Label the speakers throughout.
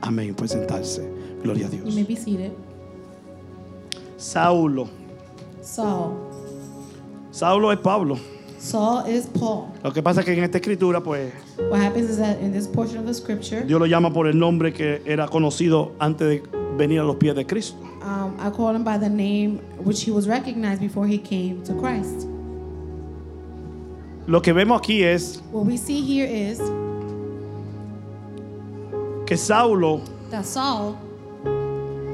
Speaker 1: Amén. Puede sentarse. Gloria a
Speaker 2: You may
Speaker 1: Dios.
Speaker 2: be seated.
Speaker 1: Saulo.
Speaker 2: Saul.
Speaker 1: Saulo es Pablo.
Speaker 2: Saul is Paul.
Speaker 1: Lo que pasa es que en esta escritura, pues,
Speaker 2: What happens is that in this portion of the scripture,
Speaker 1: Dios lo llama por el nombre que era conocido antes de venir a los pies de Cristo.
Speaker 2: um, I call him by the name which he was recognized before he came to Christ.
Speaker 1: Lo que vemos aquí es
Speaker 2: What we see here is
Speaker 1: que Saulo
Speaker 2: that Saul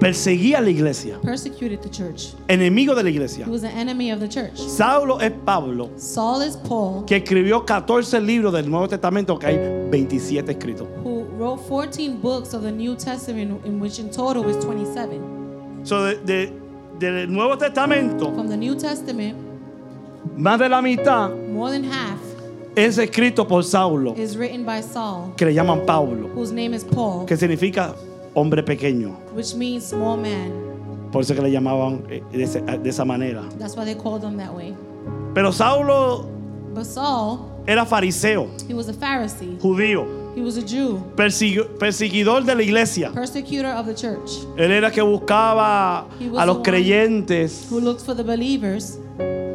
Speaker 1: perseguía a la iglesia,
Speaker 2: persecuted the church.
Speaker 1: enemigo de la iglesia.
Speaker 2: He was an enemy of the church.
Speaker 1: Saulo es Pablo,
Speaker 2: Saul is Paul,
Speaker 1: que escribió 14 libros del Nuevo Testamento, que hay 27 escritos.
Speaker 2: who wrote 14 books of the New Testament, in which in total is 27.
Speaker 1: So, de- de- del Nuevo Testamento,
Speaker 2: From the New Testament,
Speaker 1: más de la mitad
Speaker 2: more than half
Speaker 1: es escrito por Saulo,
Speaker 2: is written by Saul,
Speaker 1: que le llaman Pablo,
Speaker 2: whose name is Paul,
Speaker 1: que significa hombre pequeño.
Speaker 2: which means small man.
Speaker 1: Por eso que le llamaban eh, de ese- de esa manera.
Speaker 2: That's why they called him that way.
Speaker 1: Pero Saulo
Speaker 2: But Saul,
Speaker 1: era fariseo,
Speaker 2: he was a Pharisee,
Speaker 1: judío,
Speaker 2: he was a Jew,
Speaker 1: persigu- perseguidor de la iglesia.
Speaker 2: persecutor of the church,
Speaker 1: Él era que buscaba
Speaker 2: He was
Speaker 1: a los
Speaker 2: the one
Speaker 1: creyentes
Speaker 2: who looked for the believers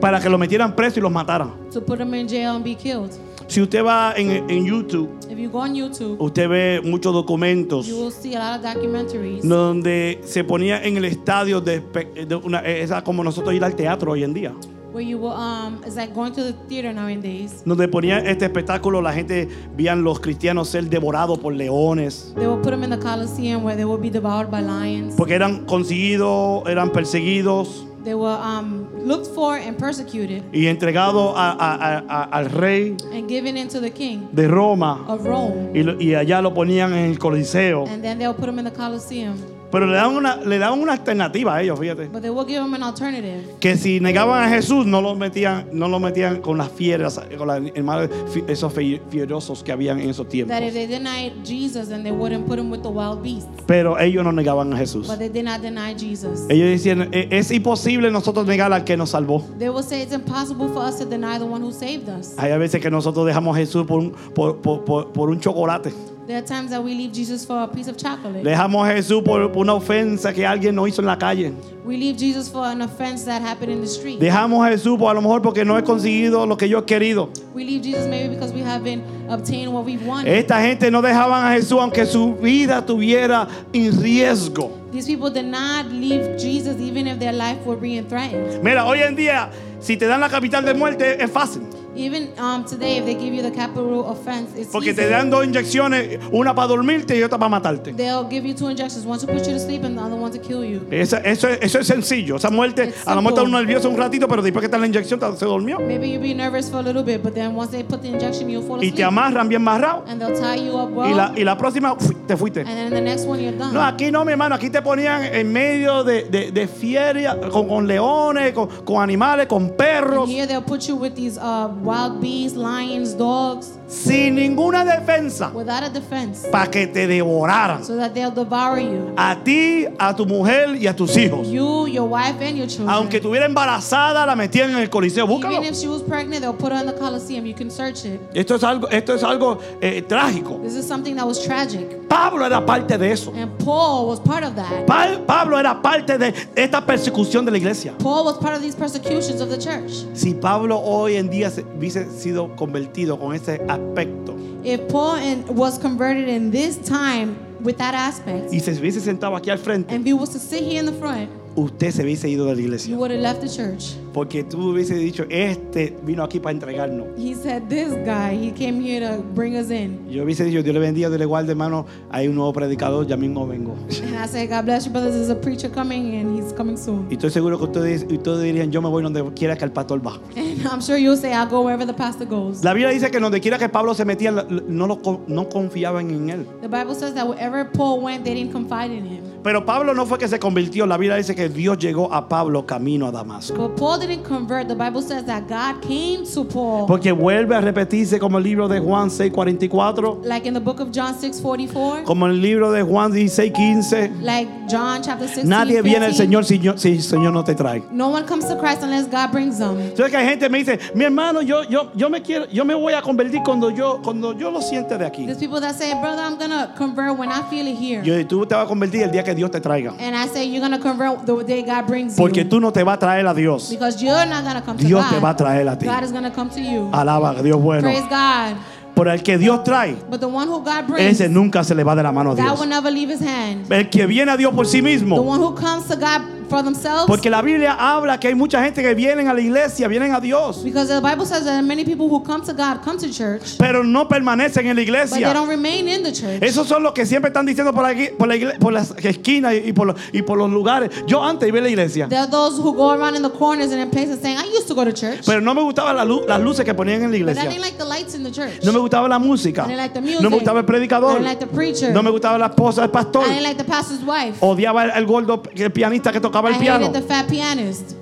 Speaker 1: para que los metieran preso y los mataran.
Speaker 2: to put them in jail and be killed.
Speaker 1: Si usted va en, en YouTube,
Speaker 2: If you go on YouTube,
Speaker 1: usted ve muchos documentos
Speaker 2: you will see a lot of documentaries
Speaker 1: donde se ponía en el estadio de, espe- de una, eh, esa como nosotros ir al teatro hoy en día,
Speaker 2: where you will, um, it's like going to the theater nowadays.
Speaker 1: donde ponía este espectáculo, la gente veían los cristianos ser devorados por leones,
Speaker 2: They will put them in the Colosseum where they will be devoured by lions.
Speaker 1: porque eran conseguidos, eran perseguidos
Speaker 2: They were um, looked for and persecuted
Speaker 1: y entregados a- a- a- a- al rey
Speaker 2: and given into the king
Speaker 1: de Roma
Speaker 2: of Rome.
Speaker 1: y, lo- y allá lo ponían en el Coliseo.
Speaker 2: And then they'll put them in the Colosseum.
Speaker 1: Pero le daban una, le daban una alternativa a ellos, fíjate.
Speaker 2: But they will give them an alternative.
Speaker 1: Que si negaban a Jesús, no lo metían, no lo metían con las fieras, con las hermanas, fi- esos fi- fierosos que habían en esos tiempos.
Speaker 2: That if they denied Jesus, then they wouldn't put him with the wild beasts.
Speaker 1: Pero ellos no negaban a Jesús.
Speaker 2: But they did not deny Jesus.
Speaker 1: Ellos decían, "E- es imposible nosotros negar al que nos salvó.
Speaker 2: They will say it's impossible for us to deny the one who saved us.
Speaker 1: Hay a veces que nosotros dejamos a Jesús por un, por, por- por- por un chocolate.
Speaker 2: There are times that we leave Jesus for a piece of chocolate.
Speaker 1: Dejamos a Jesús por, por una ofensa que alguien nos hizo en la calle.
Speaker 2: We leave Jesus for an offense that happened in the street.
Speaker 1: Dejamos a Jesús por a lo mejor porque no he conseguido lo que yo he querido.
Speaker 2: We leave Jesus maybe because we haven't obtained what we wanted.
Speaker 1: Esta gente no dejaban a Jesús aunque su vida estuviera en riesgo.
Speaker 2: These people did not leave Jesus even if their life were being threatened.
Speaker 1: Mira, hoy en día, si te dan la capital de muerte, es fácil.
Speaker 2: Even um, today, if they give you the capital offense, it's
Speaker 1: Porque
Speaker 2: easy.
Speaker 1: te dan dos inyecciones, una para dormirte y otra para matarte.
Speaker 2: They'll give you two injections, one to put you to sleep and the other one to kill you.
Speaker 1: Esa- Eso, es- eso es sencillo. Esa muerte,
Speaker 2: It's
Speaker 1: a lo mejor está
Speaker 2: simple.
Speaker 1: uno nervioso un ratito, pero después que está en la inyección te- se durmió.
Speaker 2: Maybe you'll be nervous for a little bit, but then once they put the injection, you'll fall
Speaker 1: Y
Speaker 2: asleep.
Speaker 1: te amarran bien amarrado.
Speaker 2: And they'll tie you up well.
Speaker 1: Y la, y la próxima, ¡fui! te fuiste.
Speaker 2: and then the next one, you're done.
Speaker 1: No, aquí no, mi hermano. Aquí te ponían en medio de, de, de fieras, con, con leones, con, con animales, con
Speaker 2: And
Speaker 1: perros,
Speaker 2: here they'll put you with these uh, wild beasts, lions, dogs,
Speaker 1: sin ninguna defensa,
Speaker 2: without a defense,
Speaker 1: para que te devoraran.
Speaker 2: so that they'll devour you.
Speaker 1: A ti, a tu mujer y a tus hijos.
Speaker 2: You, your wife, and your children.
Speaker 1: Aunque estuviera embarazada, la metían en el coliseo. Búscalo.
Speaker 2: Even if she was pregnant, they'll put her in the Coliseum. You can search it.
Speaker 1: Esto es algo, esto es algo eh, trágico.
Speaker 2: This is something that was tragic.
Speaker 1: Pablo era parte de eso.
Speaker 2: And Paul was part of that.
Speaker 1: Pa- Pablo era parte de esta persecución de la iglesia.
Speaker 2: Paul was part of these persecutions of the church.
Speaker 1: Si Pablo hoy en día se- hubiese sido convertido con ese aspecto
Speaker 2: If Paul in, was converted in this time with that aspect,
Speaker 1: y se hubiese sentado aquí al frente,
Speaker 2: and he was to sit here in the front,
Speaker 1: usted se hubiese ido de la
Speaker 2: you
Speaker 1: iglesia.
Speaker 2: would have left the church.
Speaker 1: Porque tú hubiese dicho, este vino aquí para entregarnos.
Speaker 2: He said, This guy, he came here to bring us in.
Speaker 1: Yo hubiese dicho, Dios le bendiga, Dios le guarde, hermano. Hay un nuevo predicador, ya mismo vengo.
Speaker 2: And I said, God bless you, brothers. There's a preacher coming, and he's coming soon.
Speaker 1: Y estoy seguro que ustedes, ustedes dirían, yo me voy donde quiera que el pastor va.
Speaker 2: And I'm sure you'll say, I'll go wherever the pastor goes.
Speaker 1: La Biblia dice que donde quiera que Pablo se metía, la- la- no, lo, con- no confiaban en él.
Speaker 2: The Bible says that wherever Paul went, they didn't confide in him.
Speaker 1: pero Pablo no fue que se convirtió. La Biblia dice que Dios llegó a Pablo camino a Damasco.
Speaker 2: But Paul didn't convert. The Bible says that God came to Paul.
Speaker 1: Porque vuelve a repetirse como el libro de Juan 6:44,
Speaker 2: like in the book of John 6:44,
Speaker 1: como el libro de Juan 16:15.
Speaker 2: like John chapter 16.
Speaker 1: Nadie viene al
Speaker 2: 15.
Speaker 1: Señor si, yo- si el Señor no te trae.
Speaker 2: No one comes to Christ unless God brings them.
Speaker 1: Entonces que hay gente que me dice, mi hermano, yo, yo, yo me quiero, yo me voy a convertir cuando yo, cuando yo lo siente de aquí.
Speaker 2: There's people that say, brother, I'm gonna convert when I feel it here.
Speaker 1: Yo, y tú te vas a convertir el día que Dios te traiga.
Speaker 2: and I say, you're gonna convert the day God brings
Speaker 1: Porque
Speaker 2: you.
Speaker 1: tú no te vas a traer a Dios.
Speaker 2: Because you're not gonna come to
Speaker 1: Dios
Speaker 2: God.
Speaker 1: te va a traer a ti.
Speaker 2: God is gonna come to you.
Speaker 1: Alaba a Dios bueno.
Speaker 2: Praise God.
Speaker 1: Por el que Dios trae,
Speaker 2: But the one who God brings,
Speaker 1: ese nunca se le va de la mano a
Speaker 2: that
Speaker 1: Dios.
Speaker 2: will never leave his hand.
Speaker 1: El que viene a Dios por sí
Speaker 2: The
Speaker 1: mismo.
Speaker 2: one who comes to God for themselves,
Speaker 1: Porque la Biblia habla que hay mucha gente que vienen a la iglesia, vienen a Dios,
Speaker 2: because the Bible says that many people who come to God come to church,
Speaker 1: pero no permanecen en la
Speaker 2: but they
Speaker 1: iglesia.
Speaker 2: don't remain in the church.
Speaker 1: Esos son los que siempre están diciendo por, aquí, por, la igle- por las esquinas y y por, los, y por los lugares. Yo antes iba a la iglesia,
Speaker 2: There are those who go around in the corners and in places saying, I used to go to church.
Speaker 1: pero no me gustaban las, lu- las luces que ponían en la
Speaker 2: but I
Speaker 1: iglesia.
Speaker 2: didn't like the lights in the church.
Speaker 1: No me gustaba la música.
Speaker 2: I didn't like the music.
Speaker 1: No me gustaba el
Speaker 2: I
Speaker 1: predicador.
Speaker 2: didn't like the preacher.
Speaker 1: No me gustaba la esposa del pastor.
Speaker 2: I didn't like the pastor's wife.
Speaker 1: Odiaba el, el gordo el pianista que tocaba
Speaker 2: I
Speaker 1: el
Speaker 2: hated
Speaker 1: piano.
Speaker 2: the fat pianist.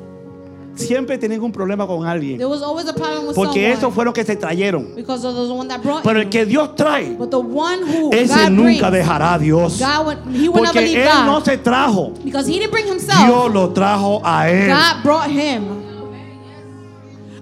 Speaker 1: Siempre tenían un problema con alguien.
Speaker 2: There was always a problem with
Speaker 1: Porque
Speaker 2: someone.
Speaker 1: esos fueron los que se trajeron.
Speaker 2: because of the one that brought
Speaker 1: Pero
Speaker 2: you.
Speaker 1: el que Dios trae,
Speaker 2: but the one who
Speaker 1: ese
Speaker 2: God
Speaker 1: nunca
Speaker 2: brings,
Speaker 1: dejará a Dios.
Speaker 2: God would, he would never
Speaker 1: Porque
Speaker 2: leave
Speaker 1: él
Speaker 2: God.
Speaker 1: no se trajo.
Speaker 2: because he didn't bring himself.
Speaker 1: Dios lo trajo a él.
Speaker 2: God brought him.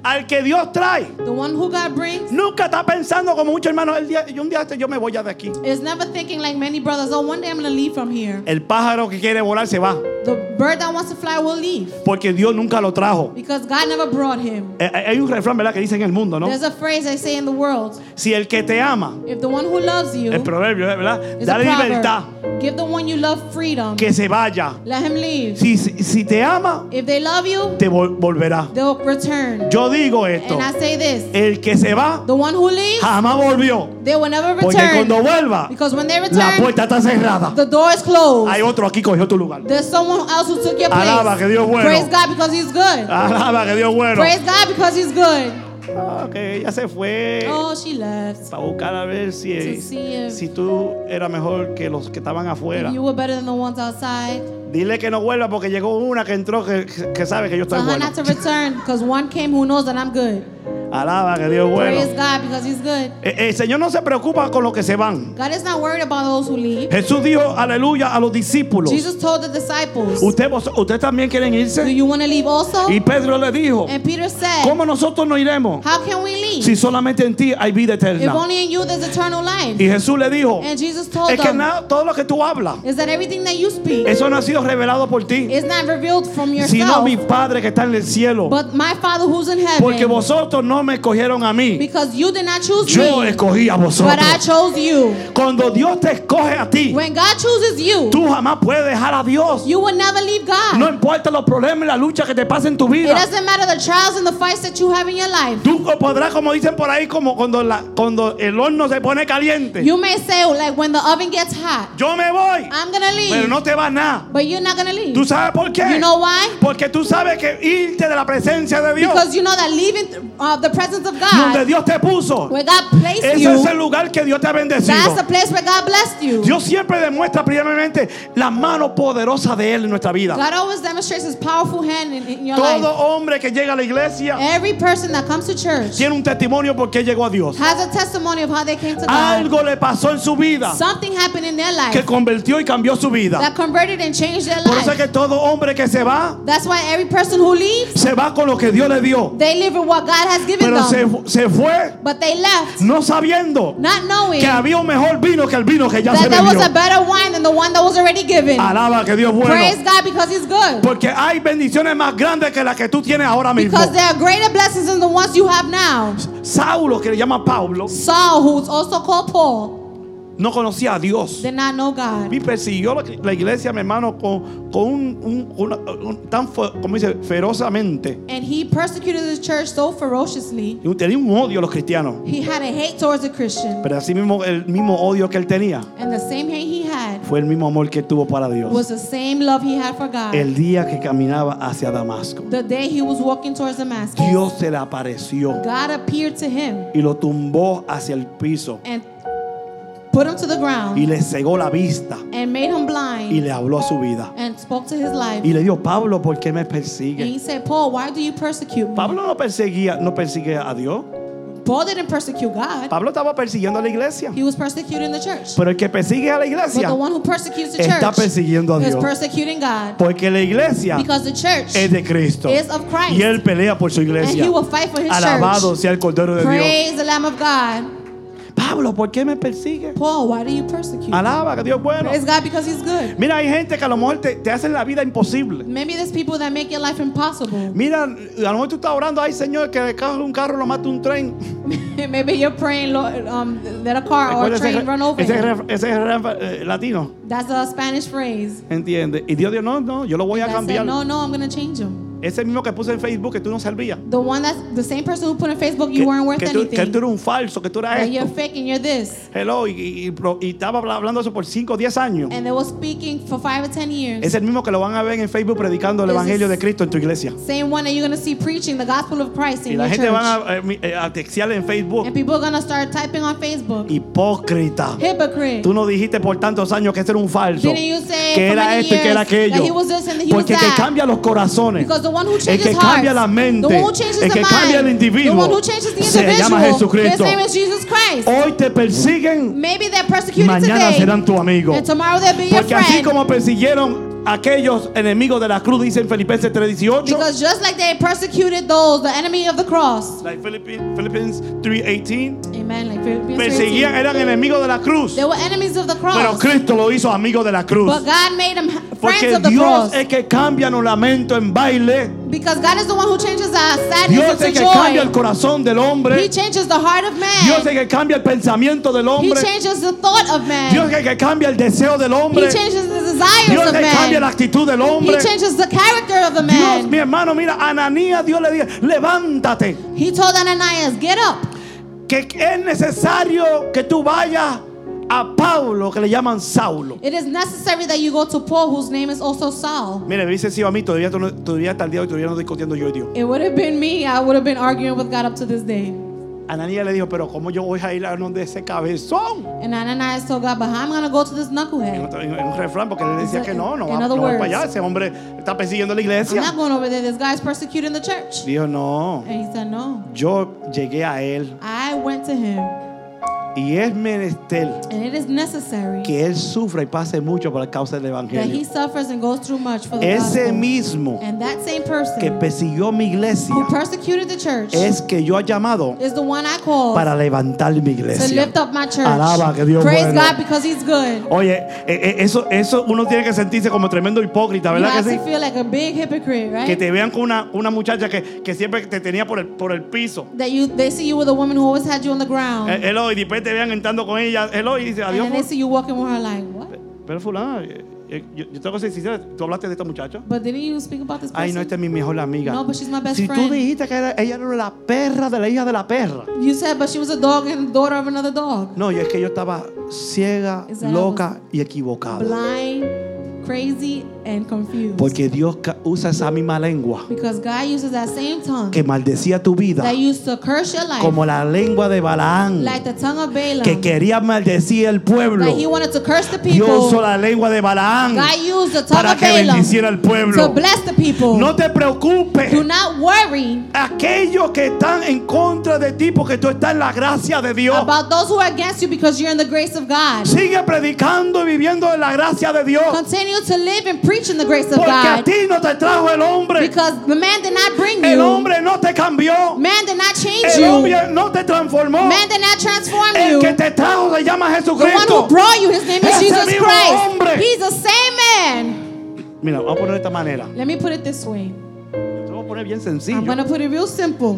Speaker 1: Al que Dios trae.
Speaker 2: The one who God brings
Speaker 1: Nunca está pensando como muchos hermanos. El día, yo un día este, yo me voy ya de aquí.
Speaker 2: is never thinking like many brothers, oh, one day I'm going to leave from here.
Speaker 1: El pájaro que quiere volar se va.
Speaker 2: The bird that wants to fly will leave
Speaker 1: Porque Dios nunca lo trajo.
Speaker 2: because God never brought him.
Speaker 1: Eh, eh, Hay un refrán, ¿verdad? Que dice en el mundo, ¿no?
Speaker 2: There's a phrase they say in the world
Speaker 1: Si el que te ama,
Speaker 2: if the one who loves you
Speaker 1: el proverbio, eh, ¿verdad?
Speaker 2: is a
Speaker 1: Dale libertad,
Speaker 2: proverb, give the one you love freedom,
Speaker 1: que se vaya.
Speaker 2: let him leave.
Speaker 1: Si, si, si te ama,
Speaker 2: If they love you,
Speaker 1: te vol- volverá.
Speaker 2: they'll return.
Speaker 1: Yo digo esto.
Speaker 2: And I say this
Speaker 1: El que se va,
Speaker 2: the one who leaves,
Speaker 1: jamás volvió.
Speaker 2: they will never
Speaker 1: Porque
Speaker 2: return.
Speaker 1: cuando vuelva,
Speaker 2: Because when they
Speaker 1: la
Speaker 2: return,
Speaker 1: puerta está cerrada.
Speaker 2: the door is closed.
Speaker 1: Hay otro aquí cogió tu lugar.
Speaker 2: There's someone else who took your place.
Speaker 1: Alaba, que Dios es bueno.
Speaker 2: Praise God because He's good.
Speaker 1: Alaba que Dios es bueno.
Speaker 2: Praise God because He's good.
Speaker 1: Ah, que ella se fue.
Speaker 2: Oh, she left.
Speaker 1: Para buscar a ver si,
Speaker 2: To see if-
Speaker 1: si tú eras mejor que los que estaban afuera.
Speaker 2: You were better than the ones outside.
Speaker 1: Dile que no vuelva porque llegó una que entró que, que sabe que yo estoy
Speaker 2: Tell her
Speaker 1: bueno.
Speaker 2: not to return because one came who knows that I'm good.
Speaker 1: Alaba que Dios es
Speaker 2: Praise
Speaker 1: bueno.
Speaker 2: God because He's good.
Speaker 1: Eh, El Señor no se preocupa con los que se van.
Speaker 2: God is not worried about those who leave.
Speaker 1: Jesús dijo, aleluya, a los discípulos.
Speaker 2: Jesus told the disciples,
Speaker 1: ¿Usted, vos- ¿Usted también quieren
Speaker 2: Do
Speaker 1: irse?
Speaker 2: you want to leave also?
Speaker 1: Y Pedro le dijo,
Speaker 2: And Peter said,
Speaker 1: ¿cómo nosotros no iremos?
Speaker 2: How can we leave?
Speaker 1: Si solamente en ti hay vida
Speaker 2: If
Speaker 1: eterna.
Speaker 2: only in you there's eternal life.
Speaker 1: Y Jesús le dijo,
Speaker 2: And Jesus told
Speaker 1: es que
Speaker 2: them,
Speaker 1: nada, todo lo que tú hablas,
Speaker 2: Is that everything that you speak
Speaker 1: eso no ha sido revelado por ti,
Speaker 2: is not revealed from
Speaker 1: sino
Speaker 2: yourself,
Speaker 1: mi Padre que está en el cielo.
Speaker 2: but my Father who's in heaven?
Speaker 1: Porque vosotros no me escogieron a mí,
Speaker 2: Because you did not choose
Speaker 1: yo
Speaker 2: me,
Speaker 1: escogí a
Speaker 2: but I
Speaker 1: vosotros.
Speaker 2: chose you.
Speaker 1: Cuando Dios te escoge a ti,
Speaker 2: When God chooses you,
Speaker 1: tú jamás puedes dejar a Dios.
Speaker 2: you will never leave God.
Speaker 1: No importa los problemas y la lucha que te pasa en tu
Speaker 2: It
Speaker 1: vida.
Speaker 2: doesn't matter the trials and the fights that you have in your life.
Speaker 1: Tú podrás, como dicen por ahí, como cuando, la- cuando el horno se pone caliente.
Speaker 2: You may say, oh, like, when the oven gets hot,
Speaker 1: Yo me voy,
Speaker 2: I'm gonna
Speaker 1: pero
Speaker 2: leave,
Speaker 1: no te vas nada.
Speaker 2: but you're not gonna leave.
Speaker 1: ¿Tú sabes por qué?
Speaker 2: You know why?
Speaker 1: Porque tú sabes que irte de la presencia de Dios,
Speaker 2: Because you know that leaving uh, the presence of
Speaker 1: donde
Speaker 2: God,
Speaker 1: Dios te puso,
Speaker 2: where God placed
Speaker 1: ese
Speaker 2: you,
Speaker 1: es el lugar que Dios te ha
Speaker 2: that's
Speaker 1: bendecido.
Speaker 2: the place where God blessed you.
Speaker 1: Dios siempre demuestra primeramente la mano poderosa de Él en nuestra vida.
Speaker 2: God always demonstrates His powerful hand in, in your life. Eh.
Speaker 1: Todo hombre que llega a la iglesia
Speaker 2: Every person that comes to church
Speaker 1: tiene un testimonio porque llegó a Dios.
Speaker 2: has a testimony of how they came to God.
Speaker 1: Algo le pasó en su vida
Speaker 2: Something happened in their
Speaker 1: que
Speaker 2: life
Speaker 1: convirtió y cambió su vida.
Speaker 2: that converted and changed their
Speaker 1: Por eso es
Speaker 2: life.
Speaker 1: que todo hombre que se va,
Speaker 2: That's why every person who leaves,
Speaker 1: se va con lo que Dios le dio.
Speaker 2: they live with what God has given
Speaker 1: Pero se,
Speaker 2: them.
Speaker 1: fu- se fue
Speaker 2: But they left
Speaker 1: no sabiendo
Speaker 2: not knowing
Speaker 1: que había un mejor vino que el vino que ya se
Speaker 2: that there was a
Speaker 1: bebió.
Speaker 2: better wine than the one that was already given.
Speaker 1: Alaba que Dios es
Speaker 2: Praise
Speaker 1: bueno.
Speaker 2: God because He's good.
Speaker 1: Porque hay bendiciones más grandes que las que tú tienes ahora mismo.
Speaker 2: Because there are greater blessings than the ones you have now.
Speaker 1: Saulo, que le llama Pablo,
Speaker 2: Saul, who's also called Paul,
Speaker 1: no conocía a Dios.
Speaker 2: did not know God.
Speaker 1: Y persiguió la, la iglesia, mi hermano, con, con un, un- una- un- tan fe- como dice, ferozamente.
Speaker 2: And he persecuted his church so ferociously,
Speaker 1: Y Tenía un odio a los cristianos.
Speaker 2: he had a hate towards the Christian.
Speaker 1: Pero así mismo, el mismo odio que él tenía
Speaker 2: And the same hate he had
Speaker 1: fue el mismo amor que tuvo para Dios.
Speaker 2: was the same love he had for God.
Speaker 1: El día que caminaba hacia Damasco,
Speaker 2: the day he was walking towards Damascus,
Speaker 1: Dios se le apareció
Speaker 2: God appeared to him
Speaker 1: y lo tumbó hacia el piso.
Speaker 2: and put him to the
Speaker 1: y
Speaker 2: ground
Speaker 1: le cegó la vista
Speaker 2: and made him
Speaker 1: y
Speaker 2: blind
Speaker 1: le habló a su vida.
Speaker 2: and spoke to his life.
Speaker 1: Y le dijo, Pablo, ¿por qué me
Speaker 2: And he
Speaker 1: persigue?
Speaker 2: said, Paul, why do you persecute me?
Speaker 1: Pablo no perseguía, no persigue a Dios.
Speaker 2: Paul didn't persecute God.
Speaker 1: Pablo estaba persiguiendo a la iglesia.
Speaker 2: He was persecuting the church.
Speaker 1: Pero el que persigue a la
Speaker 2: But
Speaker 1: iglesia
Speaker 2: the one who persecutes the
Speaker 1: está
Speaker 2: church
Speaker 1: persiguiendo a
Speaker 2: is
Speaker 1: Dios.
Speaker 2: persecuting God.
Speaker 1: Porque la iglesia
Speaker 2: Because the church
Speaker 1: es de Cristo.
Speaker 2: is of Christ.
Speaker 1: Y él pelea por su
Speaker 2: and
Speaker 1: iglesia.
Speaker 2: he will fight for his
Speaker 1: Alabado
Speaker 2: church.
Speaker 1: sea el Cordero de Dios.
Speaker 2: Praise the Lamb of God.
Speaker 1: Pablo, ¿por qué me persigue?
Speaker 2: Paul, why do you persecute? me?
Speaker 1: Alaba que Dios es bueno.
Speaker 2: Praise God because he's good.
Speaker 1: Mira, hay gente que a lo mejor te, te hacen la vida imposible.
Speaker 2: Maybe there's people that make your life impossible.
Speaker 1: Mira, a lo mejor tú estás orando, ay Señor, que le caja un carro, lo mate un tren.
Speaker 2: Maybe you're praying Lord, um, that a car or
Speaker 1: Recuerda
Speaker 2: a
Speaker 1: ese,
Speaker 2: train run over
Speaker 1: ese
Speaker 2: him.
Speaker 1: ref- ese ref- eh, latino,
Speaker 2: That's a Spanish phrase.
Speaker 1: ¿entiendes? Y Dios dijo, no, no, yo lo voy a
Speaker 2: I said,
Speaker 1: cambiar.
Speaker 2: no, no, I'm going to change him.
Speaker 1: Ese mismo que puse en Facebook que tú no servías.
Speaker 2: The one that's the same person who put on Facebook, you
Speaker 1: que,
Speaker 2: weren't worth
Speaker 1: que tú,
Speaker 2: anything.
Speaker 1: que tú eres un falso, que tú eras
Speaker 2: that you're
Speaker 1: esto.
Speaker 2: fake and you're this.
Speaker 1: Hello, y, y- y pro- y estaba habla- hablando eso por 5 o 10 años.
Speaker 2: And they were speaking for five or ten years.
Speaker 1: Es el mismo que lo van a ver en Facebook predicando el
Speaker 2: Ese
Speaker 1: Evangelio
Speaker 2: es-
Speaker 1: de Cristo en tu iglesia.
Speaker 2: Same one that you're going to see preaching the gospel of Christ in
Speaker 1: Y la
Speaker 2: your
Speaker 1: gente
Speaker 2: church.
Speaker 1: van a, eh, mi- eh, a textear en
Speaker 2: And
Speaker 1: Facebook.
Speaker 2: people are going to start typing on Facebook.
Speaker 1: Hipócrita.
Speaker 2: Hypocrite.
Speaker 1: Tú no dijiste por tantos años que ese era un falso.
Speaker 2: Didn't you say
Speaker 1: Que
Speaker 2: for
Speaker 1: era
Speaker 2: many
Speaker 1: esto y que
Speaker 2: years
Speaker 1: era aquello.
Speaker 2: that he was this and he was
Speaker 1: Porque el que
Speaker 2: that?
Speaker 1: cambia los corazones,
Speaker 2: Because the one who
Speaker 1: el
Speaker 2: changes
Speaker 1: que cambia la
Speaker 2: hearts,
Speaker 1: mente,
Speaker 2: the one who changes
Speaker 1: el
Speaker 2: the
Speaker 1: que cambia el
Speaker 2: mind, the one
Speaker 1: individuo,
Speaker 2: who changes the
Speaker 1: se llama
Speaker 2: individual, his
Speaker 1: Jesucristo.
Speaker 2: name is Jesus Christ.
Speaker 1: Hoy te persiguen,
Speaker 2: Maybe they're persecuted
Speaker 1: mañana
Speaker 2: today,
Speaker 1: serán tu amigo.
Speaker 2: and tomorrow they'll be your
Speaker 1: Porque así
Speaker 2: friend.
Speaker 1: como persiguieron aquellos enemigos de la cruz, dice en Filipenses 3:18.
Speaker 2: because just like they persecuted those, the enemy of the cross.
Speaker 1: Like Philippi- Philippians 3:18.
Speaker 2: Amen. Like Philippians 13.
Speaker 1: Perseguían, eran enemigos de la cruz.
Speaker 2: They were enemies of the
Speaker 1: Pero
Speaker 2: cross.
Speaker 1: Cristo lo hizo amigo de la cruz.
Speaker 2: But God made them friends
Speaker 1: Porque
Speaker 2: of the
Speaker 1: Dios
Speaker 2: cross.
Speaker 1: es que cambia un lamento en baile.
Speaker 2: Because God is the one who changes our sadness
Speaker 1: Dios es
Speaker 2: into
Speaker 1: que cambia el
Speaker 2: joy.
Speaker 1: corazón del
Speaker 2: He
Speaker 1: hombre.
Speaker 2: changes the heart of
Speaker 1: Dios
Speaker 2: man.
Speaker 1: es que cambia el pensamiento del
Speaker 2: He
Speaker 1: hombre.
Speaker 2: changes the thought of man.
Speaker 1: Dios es que cambia el deseo del hombre.
Speaker 2: He changes the
Speaker 1: Dios
Speaker 2: desires
Speaker 1: es
Speaker 2: of
Speaker 1: que cambia la
Speaker 2: man.
Speaker 1: actitud del
Speaker 2: He
Speaker 1: hombre.
Speaker 2: changes the character of the
Speaker 1: Dios, mi
Speaker 2: man.
Speaker 1: hermano, mira, Ananías, Dios le dijo, levántate.
Speaker 2: He told Ananias, Get up.
Speaker 1: que es necesario que tú vayas a Pablo, que le llaman Saulo.
Speaker 2: It is necessary that you go to Paul, whose name is also Saul.
Speaker 1: Mire, me hubiese sido a mí, todavía, tú no- todavía hasta el día de hoy, todavía no estoy discutiendo yo y Dios.
Speaker 2: It would have been me, I would have been arguing with God up to this day.
Speaker 1: Ananías le dijo, pero ¿cómo yo voy a ir a donde ese cabezón?
Speaker 2: And Ananias told God, But how am I going to go to this
Speaker 1: En,
Speaker 2: knucklehead?
Speaker 1: otro- en- en un refrán, porque le decía
Speaker 2: In-
Speaker 1: que no, no,
Speaker 2: in
Speaker 1: va,
Speaker 2: other
Speaker 1: no va para
Speaker 2: words.
Speaker 1: allá, ese hombre está persiguiendo la
Speaker 2: I'm
Speaker 1: iglesia.
Speaker 2: not going over there. This guy's persecuting the church.
Speaker 1: Dijo, no,
Speaker 2: And he said, No.
Speaker 1: yo llegué a él
Speaker 2: I went to him,
Speaker 1: y es menester
Speaker 2: and it is necessary
Speaker 1: que él sufra y pase mucho por la causa del
Speaker 2: that he
Speaker 1: evangelio.
Speaker 2: suffers and goes through much for the
Speaker 1: Ese
Speaker 2: gospel.
Speaker 1: mismo
Speaker 2: and that same
Speaker 1: que
Speaker 2: person
Speaker 1: persiguió mi iglesia
Speaker 2: who persecuted the church
Speaker 1: es que yo he llamado
Speaker 2: is the one I called
Speaker 1: para levantar mi
Speaker 2: to
Speaker 1: iglesia.
Speaker 2: lift up my church.
Speaker 1: Alaba que Dios
Speaker 2: Praise
Speaker 1: bueno.
Speaker 2: God because He's good.
Speaker 1: Oye, eh, eh, eso, eso uno tiene que sentirse como tremendo hipócrita,
Speaker 2: you
Speaker 1: ¿verdad
Speaker 2: have
Speaker 1: que sí?
Speaker 2: to feel like a big hypocrite, right?
Speaker 1: Que te vean con una, una muchacha que, que siempre te tenía por el, por el piso.
Speaker 2: that you they see you with a woman who always had you on the ground,
Speaker 1: Eh, Hello, y después te vean entrando con ella. Hello, y dice,
Speaker 2: and
Speaker 1: adiós.
Speaker 2: then they
Speaker 1: fu-
Speaker 2: see you walking with her like what?
Speaker 1: Pero fulana, eh, eh, yo, yo tengo que ser sincero, tú hablaste de esta muchacha.
Speaker 2: But didn't you speak about this person?
Speaker 1: Ay, no, esta es mi mejor amiga.
Speaker 2: No, but she's my best
Speaker 1: si tú
Speaker 2: friend.
Speaker 1: dijiste que era- ella era la perra de la hija de la perra.
Speaker 2: You said, but she was a dog and daughter of another dog,
Speaker 1: No, y es que yo estaba ciega,
Speaker 2: Is that I
Speaker 1: loca y equivocada.
Speaker 2: blind, crazy, and confused.
Speaker 1: Porque Dios ca- usa esa misma lengua
Speaker 2: Because God uses that same tongue
Speaker 1: que maldecía tu vida.
Speaker 2: that used to curse your life,
Speaker 1: como la lengua de Balaam
Speaker 2: like the tongue of Balaam,
Speaker 1: que quería maldecir el pueblo.
Speaker 2: that he wanted to curse the
Speaker 1: Dios
Speaker 2: people.
Speaker 1: usó la lengua de Balaam
Speaker 2: God used the tongue
Speaker 1: para
Speaker 2: of
Speaker 1: que
Speaker 2: Balaam
Speaker 1: bendiciera al
Speaker 2: to
Speaker 1: pueblo.
Speaker 2: bless the people.
Speaker 1: No te preocupes.
Speaker 2: Do not worry
Speaker 1: Aquellos que están en contra de ti porque tú estás en la gracia de Dios.
Speaker 2: about those who are against you because you're in the grace of God.
Speaker 1: Sigue predicando y viviendo en la gracia de Dios.
Speaker 2: Continue to live and preach in the grace of
Speaker 1: Porque a
Speaker 2: God
Speaker 1: ti no te trajo el hombre.
Speaker 2: because the man did not bring
Speaker 1: El
Speaker 2: you,
Speaker 1: hombre no te cambió.
Speaker 2: man did not change
Speaker 1: El
Speaker 2: you,
Speaker 1: hombre no te transformó.
Speaker 2: man did not transform
Speaker 1: El
Speaker 2: you.
Speaker 1: que te trajo se llama
Speaker 2: The one who
Speaker 1: Jesucristo.
Speaker 2: brought you, his name is
Speaker 1: Ese
Speaker 2: Jesus
Speaker 1: mismo hombre.
Speaker 2: Christ. He's the same man.
Speaker 1: Mira, vamos a poner de esta manera.
Speaker 2: Let me put it this way.
Speaker 1: Yo te voy a poner bien
Speaker 2: I'm
Speaker 1: sencillo.
Speaker 2: gonna put it real simple.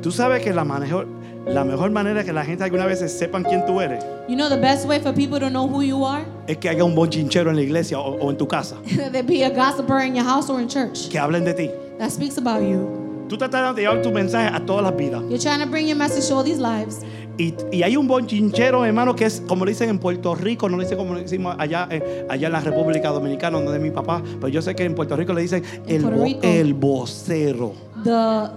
Speaker 1: Tú sabes que la mejor, la mejor manera que la gente alguna vez sepan quién tú eres
Speaker 2: You know the best way for people to know who you are?
Speaker 1: es que haya un buen chinchero en la iglesia o, o en tu casa
Speaker 2: there be a gossiper in your house or in church
Speaker 1: que hablen de ti.
Speaker 2: that speaks about you.
Speaker 1: Tú estás tratando de llevar tu mensaje a todas las vidas.
Speaker 2: You're trying to bring your message to all these lives.
Speaker 1: Y, y hay un buen chinchero, hermano, que es como dicen en Puerto Rico, no lo dicen como decimos allá, eh, allá en la República Dominicana, donde es mi papá, pero yo sé que en Puerto Rico le dicen
Speaker 2: En
Speaker 1: el,
Speaker 2: Puerto
Speaker 1: vo-
Speaker 2: Rico.
Speaker 1: el vocero.
Speaker 2: The,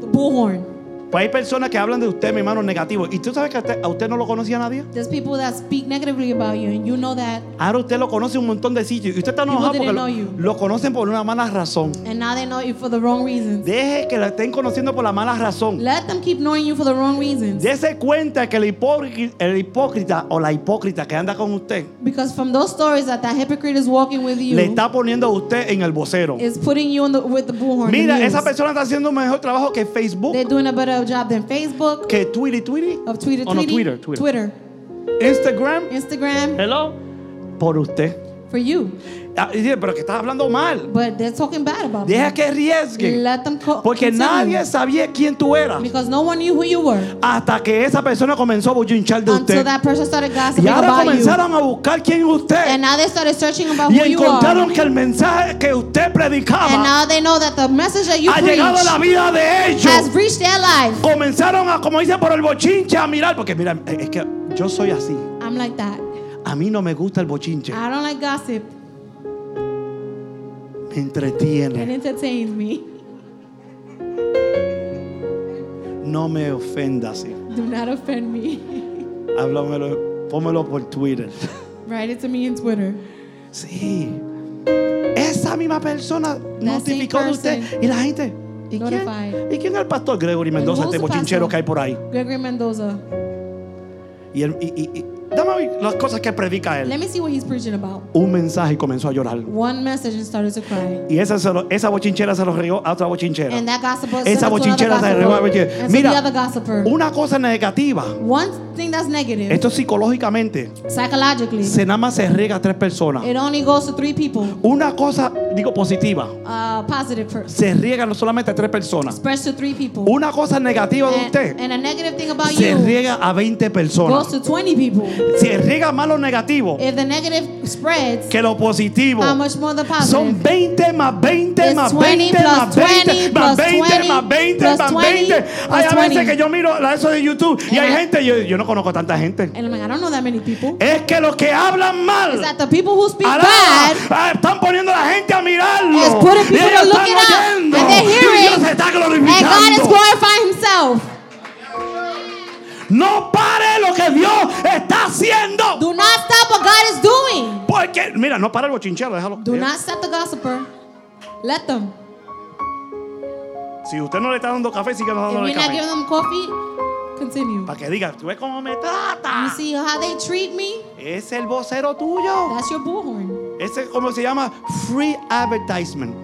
Speaker 2: the bullhorn.
Speaker 1: Pues hay personas que hablan de usted, mi hermano, negativo. ¿Y tú sabes que a usted, a usted no lo conocía nadie?
Speaker 2: There's people that speak negatively about you, and you know that,
Speaker 1: Ahora usted lo conoce en un montón de sitios. Y usted está enojado
Speaker 2: People
Speaker 1: porque
Speaker 2: didn't
Speaker 1: lo,
Speaker 2: know you.
Speaker 1: lo conocen por una mala razón.
Speaker 2: and now they know you for the wrong reasons.
Speaker 1: Deje que la estén conociendo por la mala razón.
Speaker 2: Let them keep knowing you for the wrong reasons.
Speaker 1: Dese cuenta que el hipócrita, el hipócrita o la hipócrita que anda con usted
Speaker 2: Because from those stories that that hypocrite is walking with
Speaker 1: le
Speaker 2: you,
Speaker 1: está poniendo a usted en el vocero.
Speaker 2: is putting you in the, with the bullhorn. the
Speaker 1: Mira,
Speaker 2: news.
Speaker 1: esa persona está haciendo un mejor trabajo que Facebook,
Speaker 2: They're doing a better job than Facebook,
Speaker 1: que Twitter, Twitter,
Speaker 2: of Twitter,
Speaker 1: Oh, no, Twitter,
Speaker 2: tweeting,
Speaker 1: Twitter. Instagram.
Speaker 2: Instagram,
Speaker 1: Hello. Por usted.
Speaker 2: for you.
Speaker 1: Ah, y dice, pero que estás hablando mal.
Speaker 2: But they're talking bad about
Speaker 1: Deja que
Speaker 2: you.
Speaker 1: arriesgue.
Speaker 2: Let them co-
Speaker 1: Porque
Speaker 2: continue.
Speaker 1: nadie sabía quién tú eras
Speaker 2: Because no one knew who you were
Speaker 1: hasta que esa persona comenzó a bochinchar de
Speaker 2: until
Speaker 1: usted.
Speaker 2: that person started gossiping
Speaker 1: Y ahora
Speaker 2: about you.
Speaker 1: comenzaron a buscar quién es usted.
Speaker 2: And now they started searching about
Speaker 1: Y
Speaker 2: who you are.
Speaker 1: encontraron que el mensaje que usted
Speaker 2: And
Speaker 1: predicaba
Speaker 2: now they know that the message that you
Speaker 1: ha llegado a la
Speaker 2: preach
Speaker 1: vida de
Speaker 2: has
Speaker 1: ellos.
Speaker 2: reached their life.
Speaker 1: Comenzaron a, como dice, por el bochinche a mirar. Porque mira, es que yo soy así.
Speaker 2: I'm like that.
Speaker 1: A mí no me gusta el bochinche.
Speaker 2: I don't like gossip.
Speaker 1: Me
Speaker 2: It
Speaker 1: entretiene.
Speaker 2: entertains me.
Speaker 1: No me ofenda así.
Speaker 2: Do not offend me.
Speaker 1: Háblamelo, pómelo por Twitter.
Speaker 2: Write it to me in Twitter.
Speaker 1: Sí. Esa misma persona notificó de
Speaker 2: same
Speaker 1: usted.
Speaker 2: person
Speaker 1: Y la gente. ¿Y quién?
Speaker 2: notified.
Speaker 1: ¿Y quién es el pastor Gregory Mendoza,
Speaker 2: who's
Speaker 1: este
Speaker 2: the
Speaker 1: bochinchero
Speaker 2: pastor?
Speaker 1: que hay por ahí?
Speaker 2: Gregory Mendoza.
Speaker 1: Y, él- y, y- y- dame a mí las cosas que predica él.
Speaker 2: Let me see what he's preaching about.
Speaker 1: Un mensaje y comenzó a llorar.
Speaker 2: One message and started to cry.
Speaker 1: Y esa, se lo- esa bochinchera se lo rió a otra bochinchera.
Speaker 2: And that gossiper
Speaker 1: Esa
Speaker 2: said it to
Speaker 1: bochinchera se
Speaker 2: another
Speaker 1: arregló a
Speaker 2: gossiper.
Speaker 1: bochinche-
Speaker 2: And so
Speaker 1: Mira.
Speaker 2: the other gossiper.
Speaker 1: Una cosa negativa.
Speaker 2: One thing that's negative,
Speaker 1: Esto psicológicamente.
Speaker 2: psychologically,
Speaker 1: Se nada más se riega a tres personas.
Speaker 2: it only goes to three people.
Speaker 1: Una cosa, digo positiva.
Speaker 2: Uh, positive person.
Speaker 1: Se riega no solamente a tres personas.
Speaker 2: Spreads to three people.
Speaker 1: Una cosa negativa de
Speaker 2: And,
Speaker 1: usted.
Speaker 2: and a negative thing about
Speaker 1: Se
Speaker 2: you
Speaker 1: riega a 20
Speaker 2: goes
Speaker 1: personas.
Speaker 2: to 20 people.
Speaker 1: Se riega más lo negativo
Speaker 2: If the negative spreads,
Speaker 1: que lo positivo.
Speaker 2: how much more the positive?
Speaker 1: Son 20 más 20
Speaker 2: It's
Speaker 1: más
Speaker 2: 20
Speaker 1: 20 más
Speaker 2: plus
Speaker 1: 20
Speaker 2: 20
Speaker 1: más
Speaker 2: plus
Speaker 1: 20
Speaker 2: 20
Speaker 1: más 20
Speaker 2: plus
Speaker 1: más
Speaker 2: 20
Speaker 1: 20. Hay a
Speaker 2: plus
Speaker 1: veces
Speaker 2: Eh. 20.
Speaker 1: que yo miro la- eso de YouTube y
Speaker 2: And
Speaker 1: hay
Speaker 2: I-
Speaker 1: gente, yo, yo no conozco tanta gente.
Speaker 2: And I'm like, I don't know that many people.
Speaker 1: Es que los que hablan
Speaker 2: Is
Speaker 1: mal
Speaker 2: that the people who speak
Speaker 1: alaba,
Speaker 2: bad
Speaker 1: ah, están poniendo a la gente a mirarlo.
Speaker 2: It's putting
Speaker 1: Y
Speaker 2: people
Speaker 1: ellos
Speaker 2: to look
Speaker 1: están
Speaker 2: it up,
Speaker 1: oyendo.
Speaker 2: and
Speaker 1: Y
Speaker 2: they're
Speaker 1: Dios
Speaker 2: hearing,
Speaker 1: se está
Speaker 2: and God is
Speaker 1: glorificando.
Speaker 2: glorifying Himself?
Speaker 1: No pare lo que Dios está haciendo.
Speaker 2: Do not stop what God is doing.
Speaker 1: Porque, mira, no para el bochinchero, déjalo.
Speaker 2: Do
Speaker 1: Déjalo.
Speaker 2: not stop the gossiper. Let them.
Speaker 1: Si usted no le está dando café, sigue no dándole
Speaker 2: If you're not
Speaker 1: café.
Speaker 2: giving them coffee, continue.
Speaker 1: Para que diga, tú ves cómo me
Speaker 2: You
Speaker 1: trata.
Speaker 2: see how they treat me?
Speaker 1: Es el vocero tuyo.
Speaker 2: That's your bullhorn.
Speaker 1: Ese es como se llama free advertisement.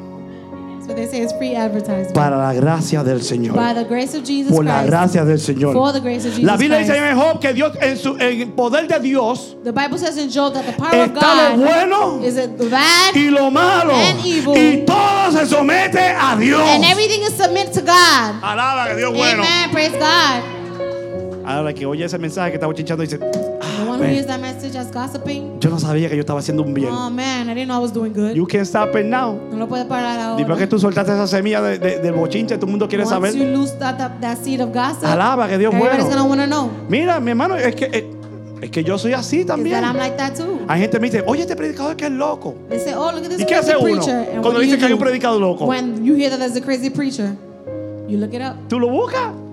Speaker 2: That's what they say. It's free advertisement.
Speaker 1: Para la gracia del
Speaker 2: By
Speaker 1: Señor.
Speaker 2: the grace of Jesus
Speaker 1: Por la
Speaker 2: Christ.
Speaker 1: gracia del Señor.
Speaker 2: For the grace of Jesus
Speaker 1: La Biblia dice
Speaker 2: Christ.
Speaker 1: en Job que Dios, en su en el poder de Dios,
Speaker 2: The Bible says in Job that the power of
Speaker 1: está
Speaker 2: God
Speaker 1: lo bueno
Speaker 2: is it the bad
Speaker 1: y lo malo.
Speaker 2: and evil.
Speaker 1: Y todo se somete a Dios.
Speaker 2: and everything is submit to God.
Speaker 1: Alaba que Dios es Ah, bueno.
Speaker 2: Amen. Praise God.
Speaker 1: Ahora que oye ese mensaje que estaba chinchando dice,
Speaker 2: The
Speaker 1: "Ah,
Speaker 2: one who
Speaker 1: man,
Speaker 2: hears that message as gossiping.
Speaker 1: yo no sabía que yo estaba haciendo un bien.
Speaker 2: Oh man, I didn't know I was doing good.
Speaker 1: You can't stop it now.
Speaker 2: No lo puede parar
Speaker 1: Después que
Speaker 2: ahora.
Speaker 1: tú soltaste esa semilla de, de- del bochinche, todo el mundo quiere
Speaker 2: Once you
Speaker 1: saber.
Speaker 2: lose that, that, that seed of gossip,
Speaker 1: Alaba que Dios es
Speaker 2: everybody's
Speaker 1: bueno.
Speaker 2: gonna wanna know.
Speaker 1: Mira, mi hermano, es que, es, es que yo soy así
Speaker 2: Is that I'm
Speaker 1: también.
Speaker 2: like that too.
Speaker 1: Hay gente que me dice, oye, este predicador que es loco.
Speaker 2: They say, oh, look at this
Speaker 1: ¿Y qué
Speaker 2: crazy
Speaker 1: hace uno
Speaker 2: preacher. And
Speaker 1: cuando
Speaker 2: what do
Speaker 1: dice
Speaker 2: you
Speaker 1: que hay un
Speaker 2: do?
Speaker 1: predicador loco?
Speaker 2: When you hear that there's a crazy preacher, you look it up.
Speaker 1: ¿Tú lo buscas?